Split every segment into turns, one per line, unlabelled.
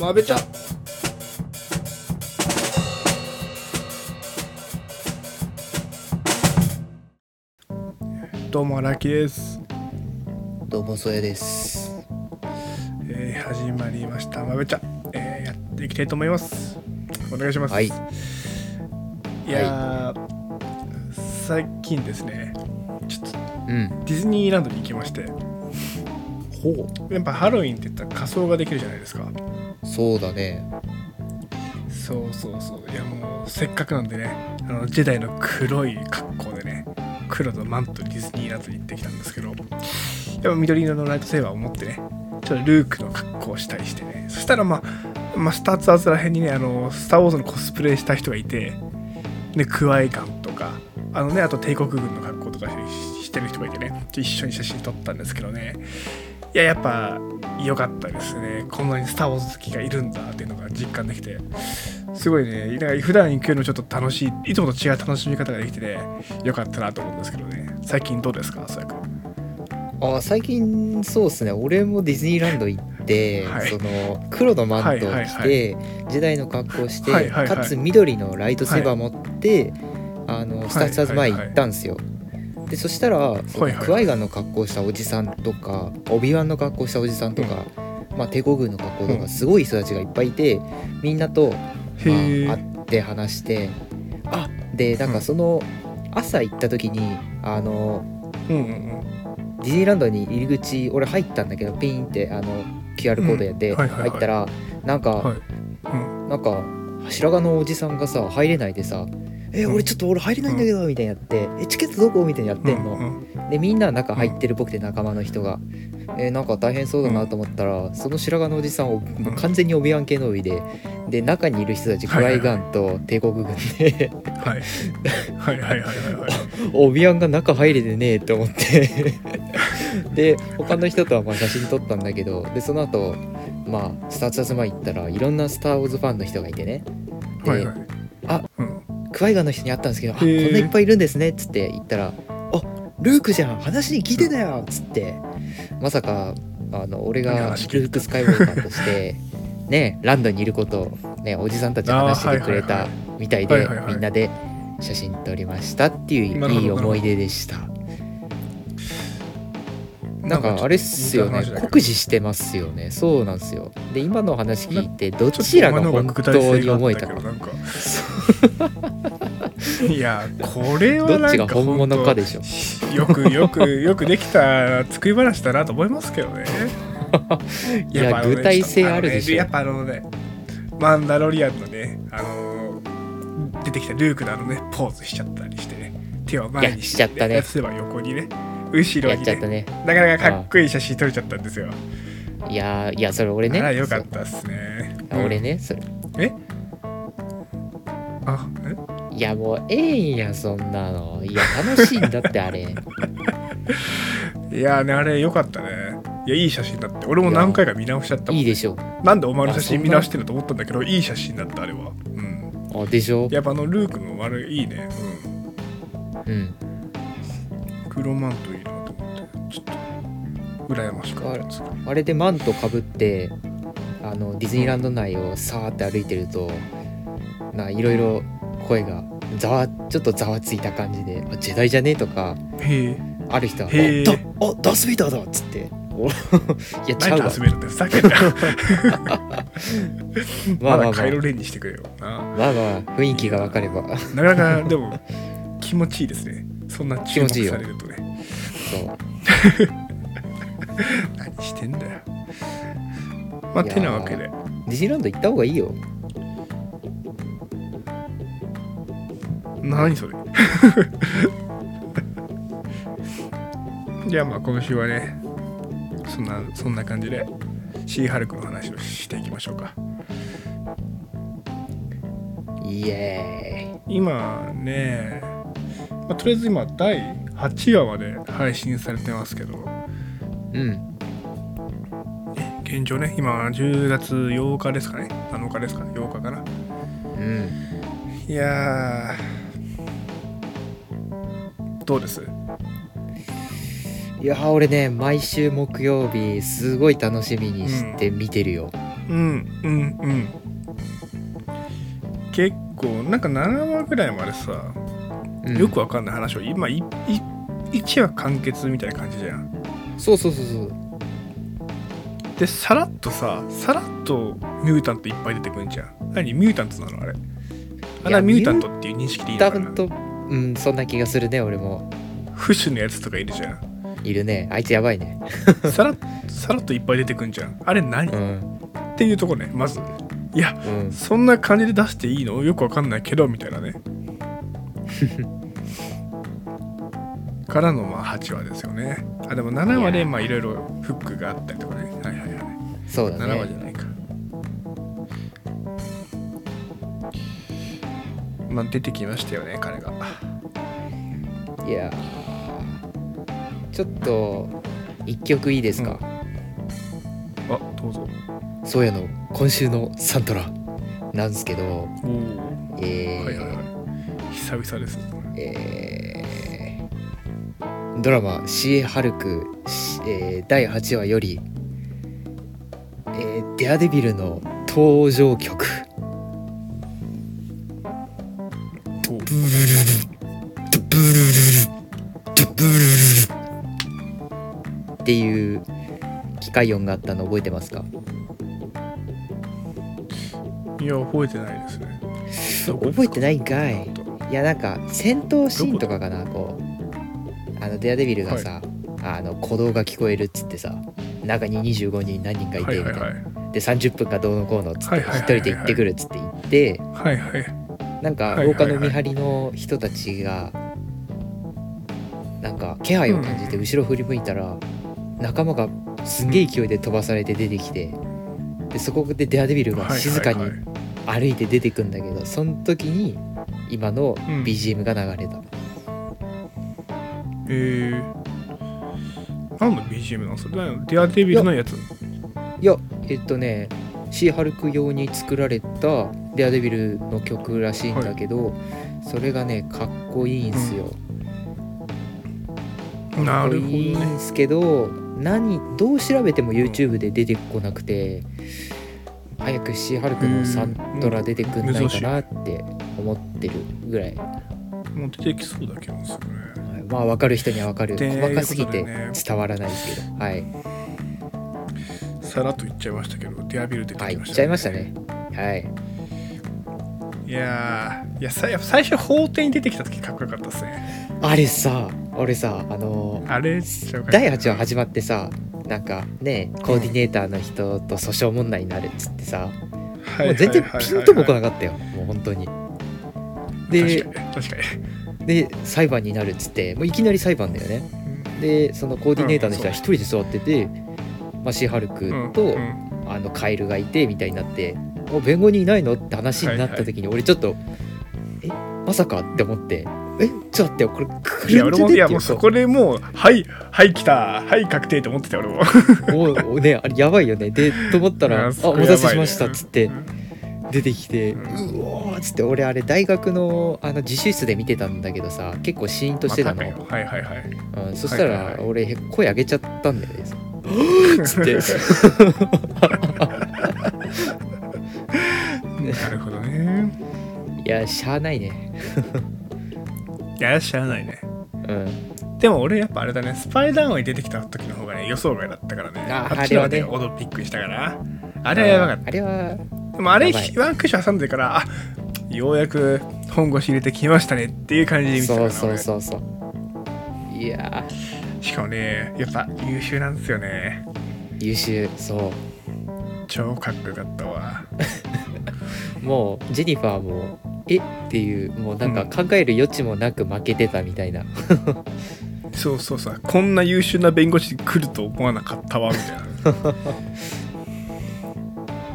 まべちゃどうも荒木です、
どうもそやです。
えー、始まりましたまべちゃ、えー、やっていきたいと思いますお願いします、
はい
い、やー、最近ですねちょっと
うん。
ディズニーランドに行きまして
ほ
やっぱハロウィンって言ったら仮装ができるじゃないですか
う。そうだね。
そうそうそういやもうせっかくなんでねあのジェダイの黒い格好でね黒のマントディズニーランドに行ってきたんですけどやっぱ緑色のライトセーバーを持ってねちょっとルークの格好をしたりしてねそしたらまあ、まあ、スターツアーズらへんにねあのスター・ウォーズのコスプレした人がいてでクワイガンとかあのねあと帝国軍の格好とかししてる人がいてね一緒に写真撮ったんですけどねいややっぱ良かったですねこんなにスター・ウォーズ好きがいるんだっていうのが実感できてすごいねなんか普段行くよりもちょっと楽しいいつもと違う楽しみ方ができてね良かったなと思うんですけどね最近どうですかそうやくん
あ最近そうですね。俺もディズニーランド行って、
はい
その黒のマントを着て、
はいはいは
ジェダイの格好をして、
はいはいはい
かつ緑のライトセーバー持って、あのスタッツアーズ前行ったんですよ。でそしたらその
はいはい
クワイガンの格好をしたおじさんとかオビワンの格好をしたおじさんとか、まあ、帝国軍の格好と
う
か
ん
すごい人たちがいっぱいいてみんなと
へ
まあ、
え
会って話してあでなんかその朝行った時にあの
うんうん
ディズニーランドに入り口俺入ったんだけどピーンってあの QR コードやって
うんはいはいはい
入ったらなんか、
はいうん
なんか白髪のおじさんがさ入れないでさ「え
うん
俺ちょっと俺入れないんだけど」みたいにやって「えチケットどこ?」みたいにやってんの。
うんうん
でみんな中入ってる僕で仲間の人が、えーなんか大変そうだなと思ったら、その白髪のおじさんをもう完全にオビワン系の帯でで中にいる人たち
は
ク
いは
ラ
いはい
イガンと帝国軍で
はい、はいはいはいはいはい
オビワンが中入れてねえって思って で他の人とはまあ写真撮ったんだけどでその後まあスターツアーズ前行ったらいろんな「スター・ウォーズ」ファンの人がいてねで、
はいはい
あ
うん
クワイガンの人に会ったんですけど「あ
へ
こん
ー
ないっぱいいるんですね」っつって言ったら「あルークじゃん話に聞いてたよ」っつってまさかあの俺
何
が
話聞いた
ルーク・スカイウォーカーとしてねランドにいることを、ね、おじさんたちが話しててくれ
あーはい
た
は
みたい
はい
で
はいはい
みんなで写真撮りましたってい
な
う
るほど
いい思い出でしたなんかあれっすよね
なんかちょっと
酷似してますよねそうなんですよで今の話聞いてどちらが本当に思えたか
なんか いやこれはなん
ど
か
っちが本物かでしょ
よくよくよくできた作り話だなと思いますけどね。
いや
っぱあのね
具体性あるでしょ
やっぱあのね、マンダロリアンのね、あのー出てきたルークのあのね、ポーズしちゃったりしてね、手を前に
いやしちゃったね
やつれば横にね、後ろ
や
に
っちゃ
ね、
ったね
なかなかかっこいい写真撮れちゃったんですよ。
いやーいやそれ俺ね
あら、よかったっすね。
そう俺ねそれ
うん。あ、え
いやもうええんやそんなのいや楽しいんだって あれ
いやーね、あれよかったね。いや、いい写真だって。俺も何回か見直しちゃったも
いい
ん。
でしょ
なんでお前の写
あそん
真
な
見直してると思ったんだけど、いい写真だった、あれは。うん。
あでしょ
やっぱあのルークのあれいいね、
うん
うん、黒マントいいなと思ってちょっと羨ましかったです
あれでマントかぶってあのディズニーランド内をさーって歩いてるとないろいろ声がざわちょっとざわついた感じで「あジェダイじゃねえ」とか
へえ
ある人は「
へ
あ
ー
ダあダース・ベイダーだ」っつって「おいやちゃ
何
う
で
わ
遊べるってふざけんな
まあ
ま
まあ
だ
ま
カ
あ
イロレンにしてくれよな
まあまあ雰囲気がわかれば
なかなかでも気持ちいいですねそんな注
気
目
持ちいいよ
されるとね
そう
何してんだよまあ
いやー
てなわけで
ディズニーランド行った方がいいよ。
何それ じゃあまあ今週はねそんなそんな感じでシーハルクの話をしていきましょうか
イエ
今ね、まあ、とりあえず今第8話まで配信されてますけど
ーイ。うん。
現状ね今10月8日ですかね7日ですか8日かな
うん。
いやーどうです
いやー俺ね毎週木曜日すごい楽しみにして見てるよ。
うんうんうん結構なんか7話ぐらいまでさ
うん
よくわかんない話を今いい1話完結みたいな感じじゃん
そうそうそうそう
でさらっとささらっとミュータントいっぱい出てくるんじゃん何ミュータントなのあれあれはミュータントっていう認識でいい
ダ
のか
ウン
な
とうんそんな気がするね俺も
フシュのやつとかいるじゃん
いるねあいつやばいね
さらさらっといっぱい出てくるんじゃんあれ何、
う
っ
ん
ていうとこねまずいや
うん
そんな感じで出していいのよくわかんないけどみたい なねからのまあ8話ですよねあでも7話
い
で
やー
まあいろいろフックがあったりとかねはいはいはい
そうだ
7話じゃ
ね
ないかまあ出てきましたよね彼が
いやーちょっと一曲いいですか、
あどうぞ
そうやの今週のサントラなんですけど
おお
えー
はいはいはい久々です
えードラマ「シエ・ハルク」しえー第8話より、えーデアデビル」の登場曲
おう
っていう機械音があったの覚えてますか
いや覚えてないですね
覚えてないんかい
どこ
いやなんか戦闘シーンとかかなこうあのデアデビルがさ、あの鼓動が聞こえるっつってさ中に25人何人か
ですかはい
いてみた
はいい
な、
はい
で30分かどうのこうのっつっ
はい
て
はいはい
一
はい
人で行ってくるっつって行って
はいはい
なんか
はいはいは
廊
い
下の見張りの人たちがなんか気配を感じて後ろ振り向いたら仲間がすんげえ勢いで飛ばされて出てきてでそこでデアデビルが静か
はい
に
はいはい
歩いて出てくんだけどその時に今の
ん
BGM が流れた、
えー、何の BGM なのそれ何のデアデビルのやつ
いやえっとねシーハルク用に作られたデアデビルの曲らしいんだけど、それがねかっこいいんすよ、
なるほど
いい
ね
んすけど何どう調べても YouTube で出てこなくて、早くシーハルクのサントラ出てくんないかなって思ってるぐらい、は
もう出てきそうだけどするね
いまあ分かる人には分かる
で
細かすぎ
とい
て
うことでね
伝わらないけど、はい
さらっと言っちゃいましたけどデアビル出てきま
は
した、
い行っちゃいましたねはい
いやーいやさやっぱ最初法廷に出てきた時かっこよかったっすね
あれさ俺さあのー
あれ紹介
第8話始まってさなんかねコーディネーターの人と訴訟問題になるっつってさ、
は
もう全然ピンともこなかったよ、もう本当に。で
確かに確かに
で裁判になるっつってもういきなり裁判だよねでそのコーディネーターの人は一人で座ってて、まあ、シーハルク
うん
と、
うん
あのカエルがいてみたいになって「お弁護人いないの?」って話になった時に、俺ちょっと「えまさか?」って思って「えちょっと待ってこれク
い
レ
や
ン
俺
ジで」
も
って
い
言
や
う
もう
と
そこでもうはいはい来たはい確定と思ってた俺も
もうおねあれやばいよねでと思った
い
ら「あ
や
お
そこ
待た
や
せ
ば
し
いね
ました」っつって
うん
出てきて「う
うん
おー」っつって俺あれ大学のあの自習室で見てたんだけどさ結構シーンとしてたの。
まかよはいはいはい
うん、そした
はいはい
ら
はい
俺声上げちゃったんだ よね。つって。
なるほどね
いやしゃあないね。
いや知らないね
うん。
でも俺やっぱあれだねスパイダーマンに出てきた時の方がね予想外だったからね
あ
っちの方で
あれはね
オドピックしたからあれはやばかっ
あれは
たでもあれ
やばい
ワンクッション挟んでからあようやく本腰入れてきましたねっていう感じで見てたか
そ
ら
うそう
俺
そうそう。いや
しかもねやっぱ優秀なんですよね
ー優秀そ
超かっこよかったわ
う。もうジェニファーもえっていうもうなんか考える余地もなく負けてたみたいな。
そうそうそうこんな優秀な弁護士来ると思わなかったわみた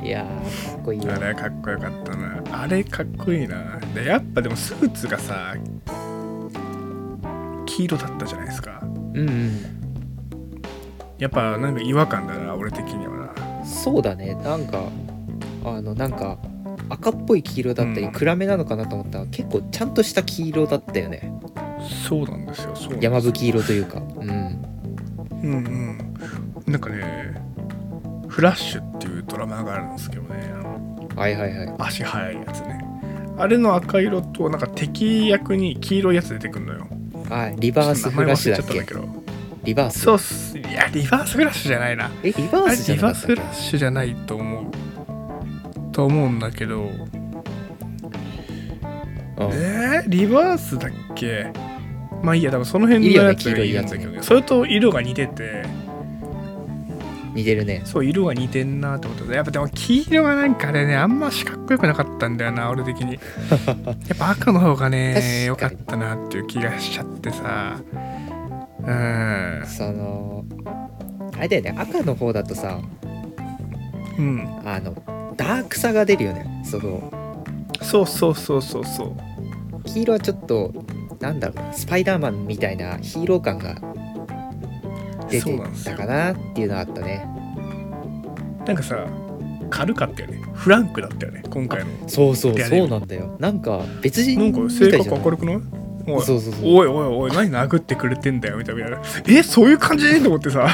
い
いやーかっこいい
なあ
わ。
れかっこよかったなあれかっこいいなでやっぱでもスーツがさ黄色だったじゃないですか
うんうん。
やっぱなんか違和感だな俺的にはな
そうだねなんかあのなんか赤っぽい黄色だった
う
り
ん
暗めなのかなと思ったら結構ちゃんとした黄色だったよね。
そうなんですよそうなんです
山吹色というか。うん。
うんうんなんかねフラッシュっていういうドラマーがあるんですけどねあの
はいはいはい
足速いやつねあれの赤色となんか敵役に黄色いやつ出てくるのよ
あリバー
ちょ
ス
っと
フ
名
ラ
前
ッシ
忘れち
ュだ
ゃ
っ
ったんだ
け
けど
リバース
そうっすいやリバースフラッシュじゃないな
えリバ
あ
ー
れ
スじゃ
リ
なか
バー
った
ス
っけ
フラッシュじゃないと思うと思うんだけど
うん
えー、リバースだっけまあいいや多分その辺のやつがいるんだ
い
け
る
ど
よ
ねそれと色が似てて
似てるね
そう色が似てんなってことでやっぱでも黄色がなんかねねあんましかっこよくなかったんだよな俺的 にやっぱ赤の方がね良
確
かっ
かに
たなっていう気がしちゃってさうん
そのあれだよね赤の方だとさ
うん
あのダークさが出るよねその
そうそうそうそうそう
黄色はちょっとなんだろうなスパイダーマンみたいなヒーロー感が出
そう
て
なんです
た
よ
かなっていうのはあったね
なんかさ軽かったよねフランクだったよね今回の
そうそう
いやで
そ
も
うなんだよなんか別人
な
み
んか
たい
性
じゃない
格明るくないおい
そうそうそう
おいおいおい何殴ってくれてんだよみたいなえそういう感じと思ってさ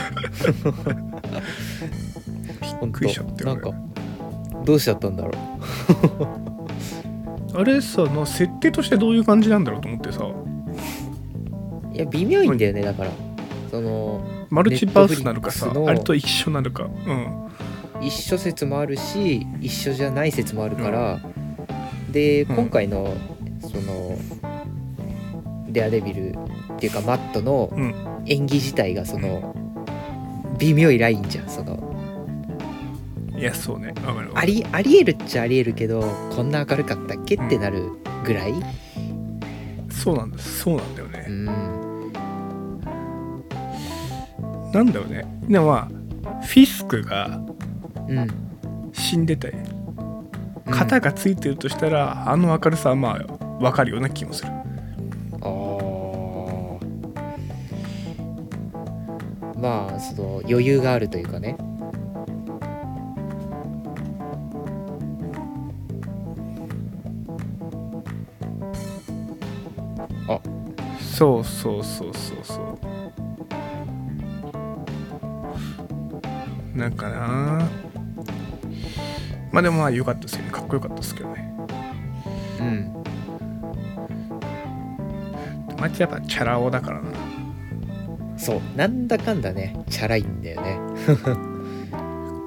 びっ
本
くりしちゃったよ
当
俺
なんかどうしちゃったんだろ
あれさ、まあ、設定としてどういう感じなんだろうと思ってさ
ういや微妙いんだよねだからその
マルチバースなのかさ
Netflix の
あれと一緒なのかうん
一緒説もあるし一緒じゃない説もあるから、で
うん
今回のそのデアデビルっていうかマットの
うん
演技自体がその微妙いラインじゃんその
いやそうねわかるわ
ありありえるっちゃありえるけどこんな明るかったっけってなるぐらい、
そうなんだそうなんだよ
う
ね、
ん、
なんだよねでもまあフィスクが
うん
死んでて型がついてるとしたら、あの明るさはまあわかるような気もする
あーまあその余裕があるというかね
そうそうそうそうそうなんかなまあでもまあ良かったですよねかっこよかったですけどね
うん
まあやっぱチャラ男だからな
そうなんだかんだねチャラいんだよね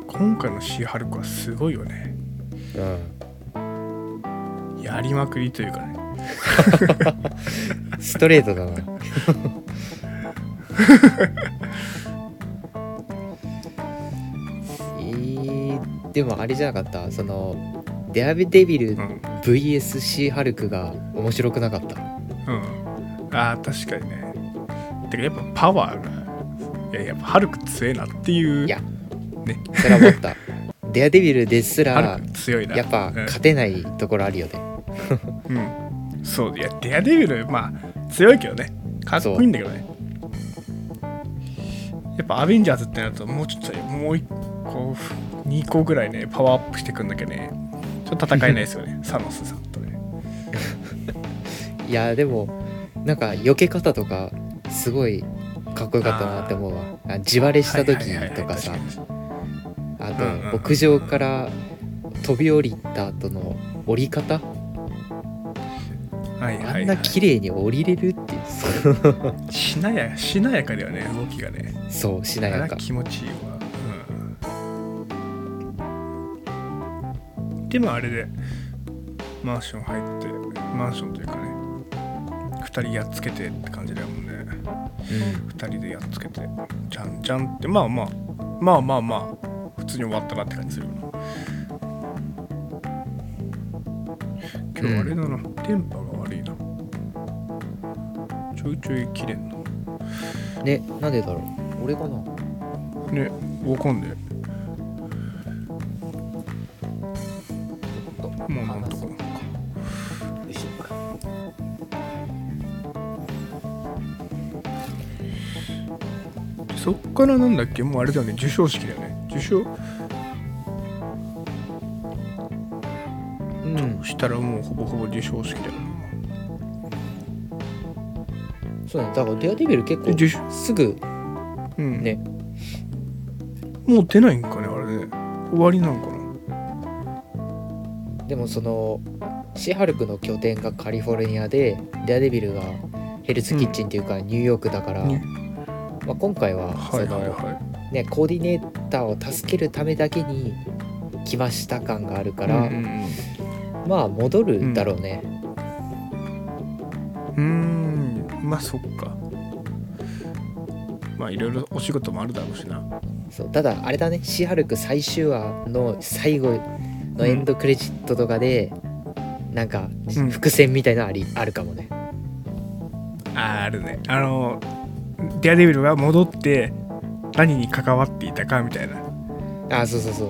今回のシーハルクはすごいよね
う
やりまくりというかね
ん、ストレートだ なえーでもあれじゃなかったそのデアデビル
うん
VS シーハルクが面白くなかった
うんあー確かにねてかやっぱパワーがいややっぱハルク強えなっていう
いや
ね
それは思った デアデビルです
ハ
ら
ルク強いな
やっぱ
うん
勝てないところあるよね
うん、そういやデアデビルまあ強いけどねかっこいいんだけどねやっぱアベンジャーズってなるともうちょっともう1個2個ぐらいねパワーアップしてくんだけどねちょっと戦えないですよ ねサノスさんとね
いやでもなんか避け方とかすごいかっこよかったなって思うわあ地割れした時とかさ
はいはいはいはい
あ
うんうんうん
と屋上から飛び降りた後の降り方
はいはい
あ
は
ん
い
な綺麗に降りれるっていう
しなやしなやかだよね動きがね
そうし
あ
な
れ
や
は
か
気持ちいいわ、うん、でもあれでマンション入ってマンションというかね2人やっつけてって感じだもんね2人でやっつけてじゃんじゃんってまあまあまあまあまあ普通に終わったなって感じするよな今日あれだな、電波が悪いなちょいちょい切れんな
うんねなんでだろう俺かな
ねわかんねえまあなんとかなそっからなんだっけもうあれだよね授賞式だよね授賞
うん
したらもうほぼほぼ授賞式だよ
そうだねだからデアデビル結
なで
構すぐ
うん
ね
もう出ないんかねあれね終わりなんかな
でもそのシハルクの拠点がカリフォルニアでデアデビルがヘルスキッチンっていうかニューヨークだから、
ね
まあ、今回はそ
はい
の、
はいはい
ね、コーディネーターを助けるためだけに来ました感があるから、
うんうん
まあ戻るだろうね、
うんうーんまあそっかまあいろいろお仕事もあるだろうしな
そうただあれだねシハルク最終話の最後のエンドクレジットとかで、なんか
うん
伏線みたいなのあり、あるかもね
あーあるねあのデアデビルが戻って何に関わっていたかみたいな
あそうそうそう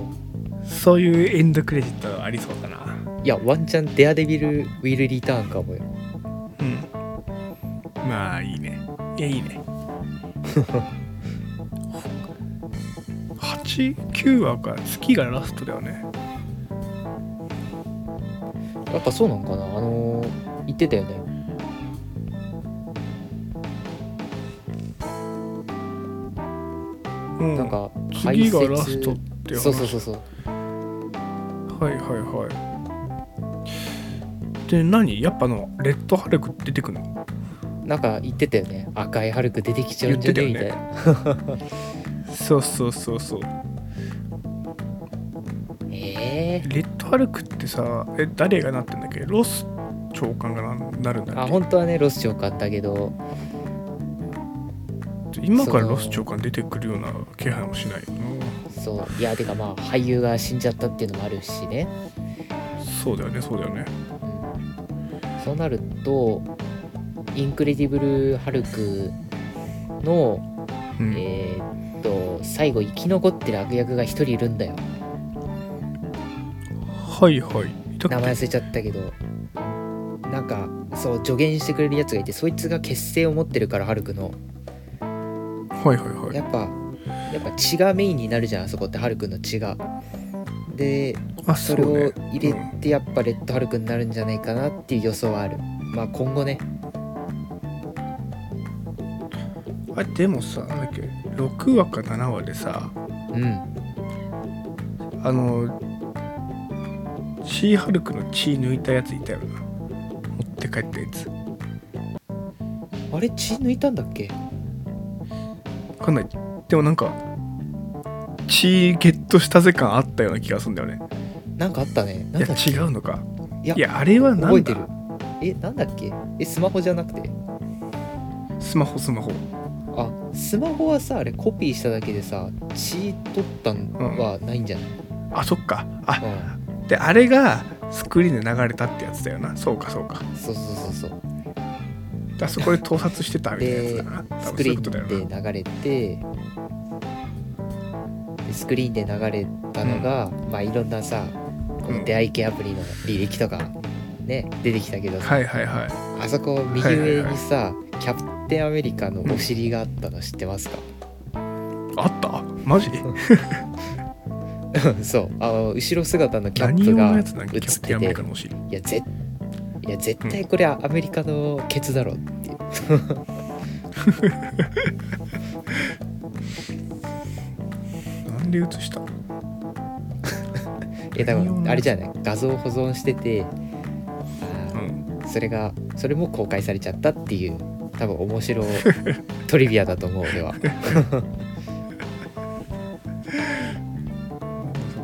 そういうエンドクレジットありそうだない
やワンチャンデアデビルウィルリターンかもよ
うんまあいいねいやいいね89話か月がラストだよね
やっぱそうなんかなあのー言ってたよね
うん
なんか
次がラストって話
そうそうそうそう
はいはいはいで何やっぱのレッドハルク出てくるの
なんか言ってたよね赤いハルク出てきちゃうんじゃね
言
み
ったて
い
たよ
な、
そうそうそうそう
ええ
レッドハルクってさえ誰がなってんだっけロス長官がななるんだ
あ
っけ
本当はねロス長官だけど
今から
その
ロス長官出てくるような気配もしないよ
そういやてかまあ俳優が死んじゃったっていうのもあるしね、
なそうだよねそうだよね
うん、そうなるとインクレディブル・ハルクの、
うん、
えーっと最後生き残ってる悪役が一人いるんだよ
はいはいいたっけ
名前忘れちゃったけどなんかそう助言してくれるやつがいてそいつが結成を持ってるからハルクの
はいはいはい
やっぱやっぱ血がメインになるじゃんあそこってハルクの血がで
あ
それを入れてやっぱレッドハルクになるんじゃないかなっていう予想はあるまあ今後ね
うんあでもさなんだっけ6話か7話でさ
うん
あのシーハルクの血抜いたやついたよな持って帰ったやつ
あれ血抜いたんだっけ
わかんないでもなんか血ゲットしたぜ感あったような気がするんだよね
なんかあったねないん
や
だっけ
違うのか
いや
いやあれはなんだ
覚えてるえなんだっけえスマホじゃなくて
スマホスマホ
あスマホはさあれコピーしただけでさ血取ったんはないんじゃない、
あそっかあ
うん
であれがスクリーンで流れたってやつだよなそうかそうか
そうそうそうそう
あそこで盗撮してたみたいなやつだな多
ス
分そ
ク
うい
リ
うことだよ
ー
な
ンで流れてでスクリーンで流れたのが、まあいろんなさこ
うん
の出会い系アプリの履歴とかね出てきたけどさ、
はいはいはい
あそこ右上にさ、キャプテンアメリカのお尻があったの知ってますか、
あったマジ
そうあの後ろ姿のキャッ
何
プ
用
が
の
映
や
っ
つなん
て
かキャプテンアメリカ
て
のお尻
いやぜいや絶対これはアメリカのケツだろっていう
なんで映したの
いや多分あれじゃない画像保存しててあ
う
ー
ん
それがそれも公開されちゃったっていう多分 面白いトリビアだと思う俺は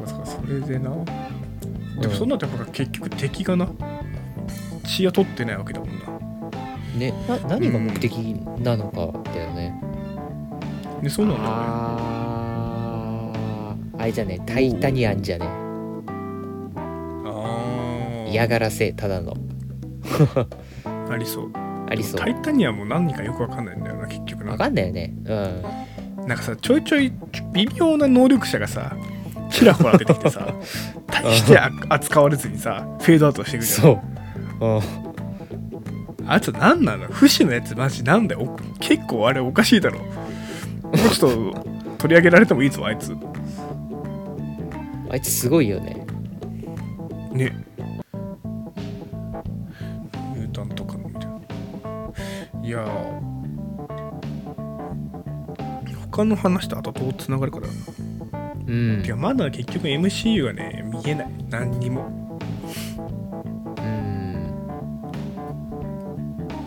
そうかそうかそれでなでもそんなとやっぱ結局敵がな血は取ってないわけだもんな
ねな何が目的なのかだよね、
でそうなんだよね
あーあれじゃねタイタニアンじゃね
ああ
嫌がらせただの
ありそう
ありそう
タイタニアも何かよくわかんないんだよな結局な
わ
な
かんないよねうん
んかさちょいちょい微妙な能力者がさちらほら出てきて さ大してあ扱われずにさフェードアウトしていくじゃん
そううん
あいつ何なの不死のやつマジなんだよお結構あれおかしいだろもうちょっと取り上げられてもいいぞあいつ
あいつすごいよね
ねミュータントかみたいないやー他の話とあとどうつながるかだよな
うん
てかまだ結局 MCU がね見えない何にも
うん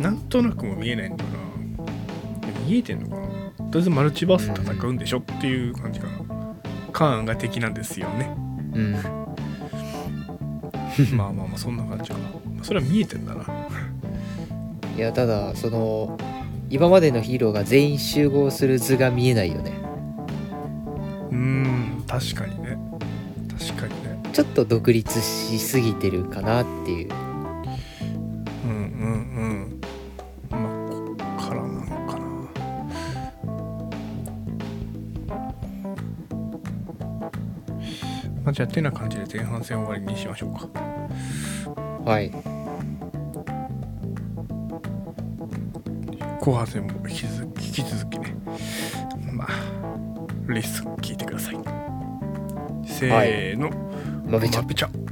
なんとなくも見えないんだからいや見えてんのかなどうせマルチバースで戦うんでしょっていう感じかなカーンが敵なんですよね
うん
まあまあまあそんな感じかなまあそれは見えてんだない
やただその今までのヒーローが全員集合する図が見えないよね
うーん確かにね確かにね
ちょっと独立しすぎてるかなっていう
うんうんうんまあこっからなのかなまあじゃあてな感じで前半戦終わりにしましょうか
はい
後半戦も引き続き引き続きねまあレッスン聞いてくださいせーの、
まべちゃん
まべちゃん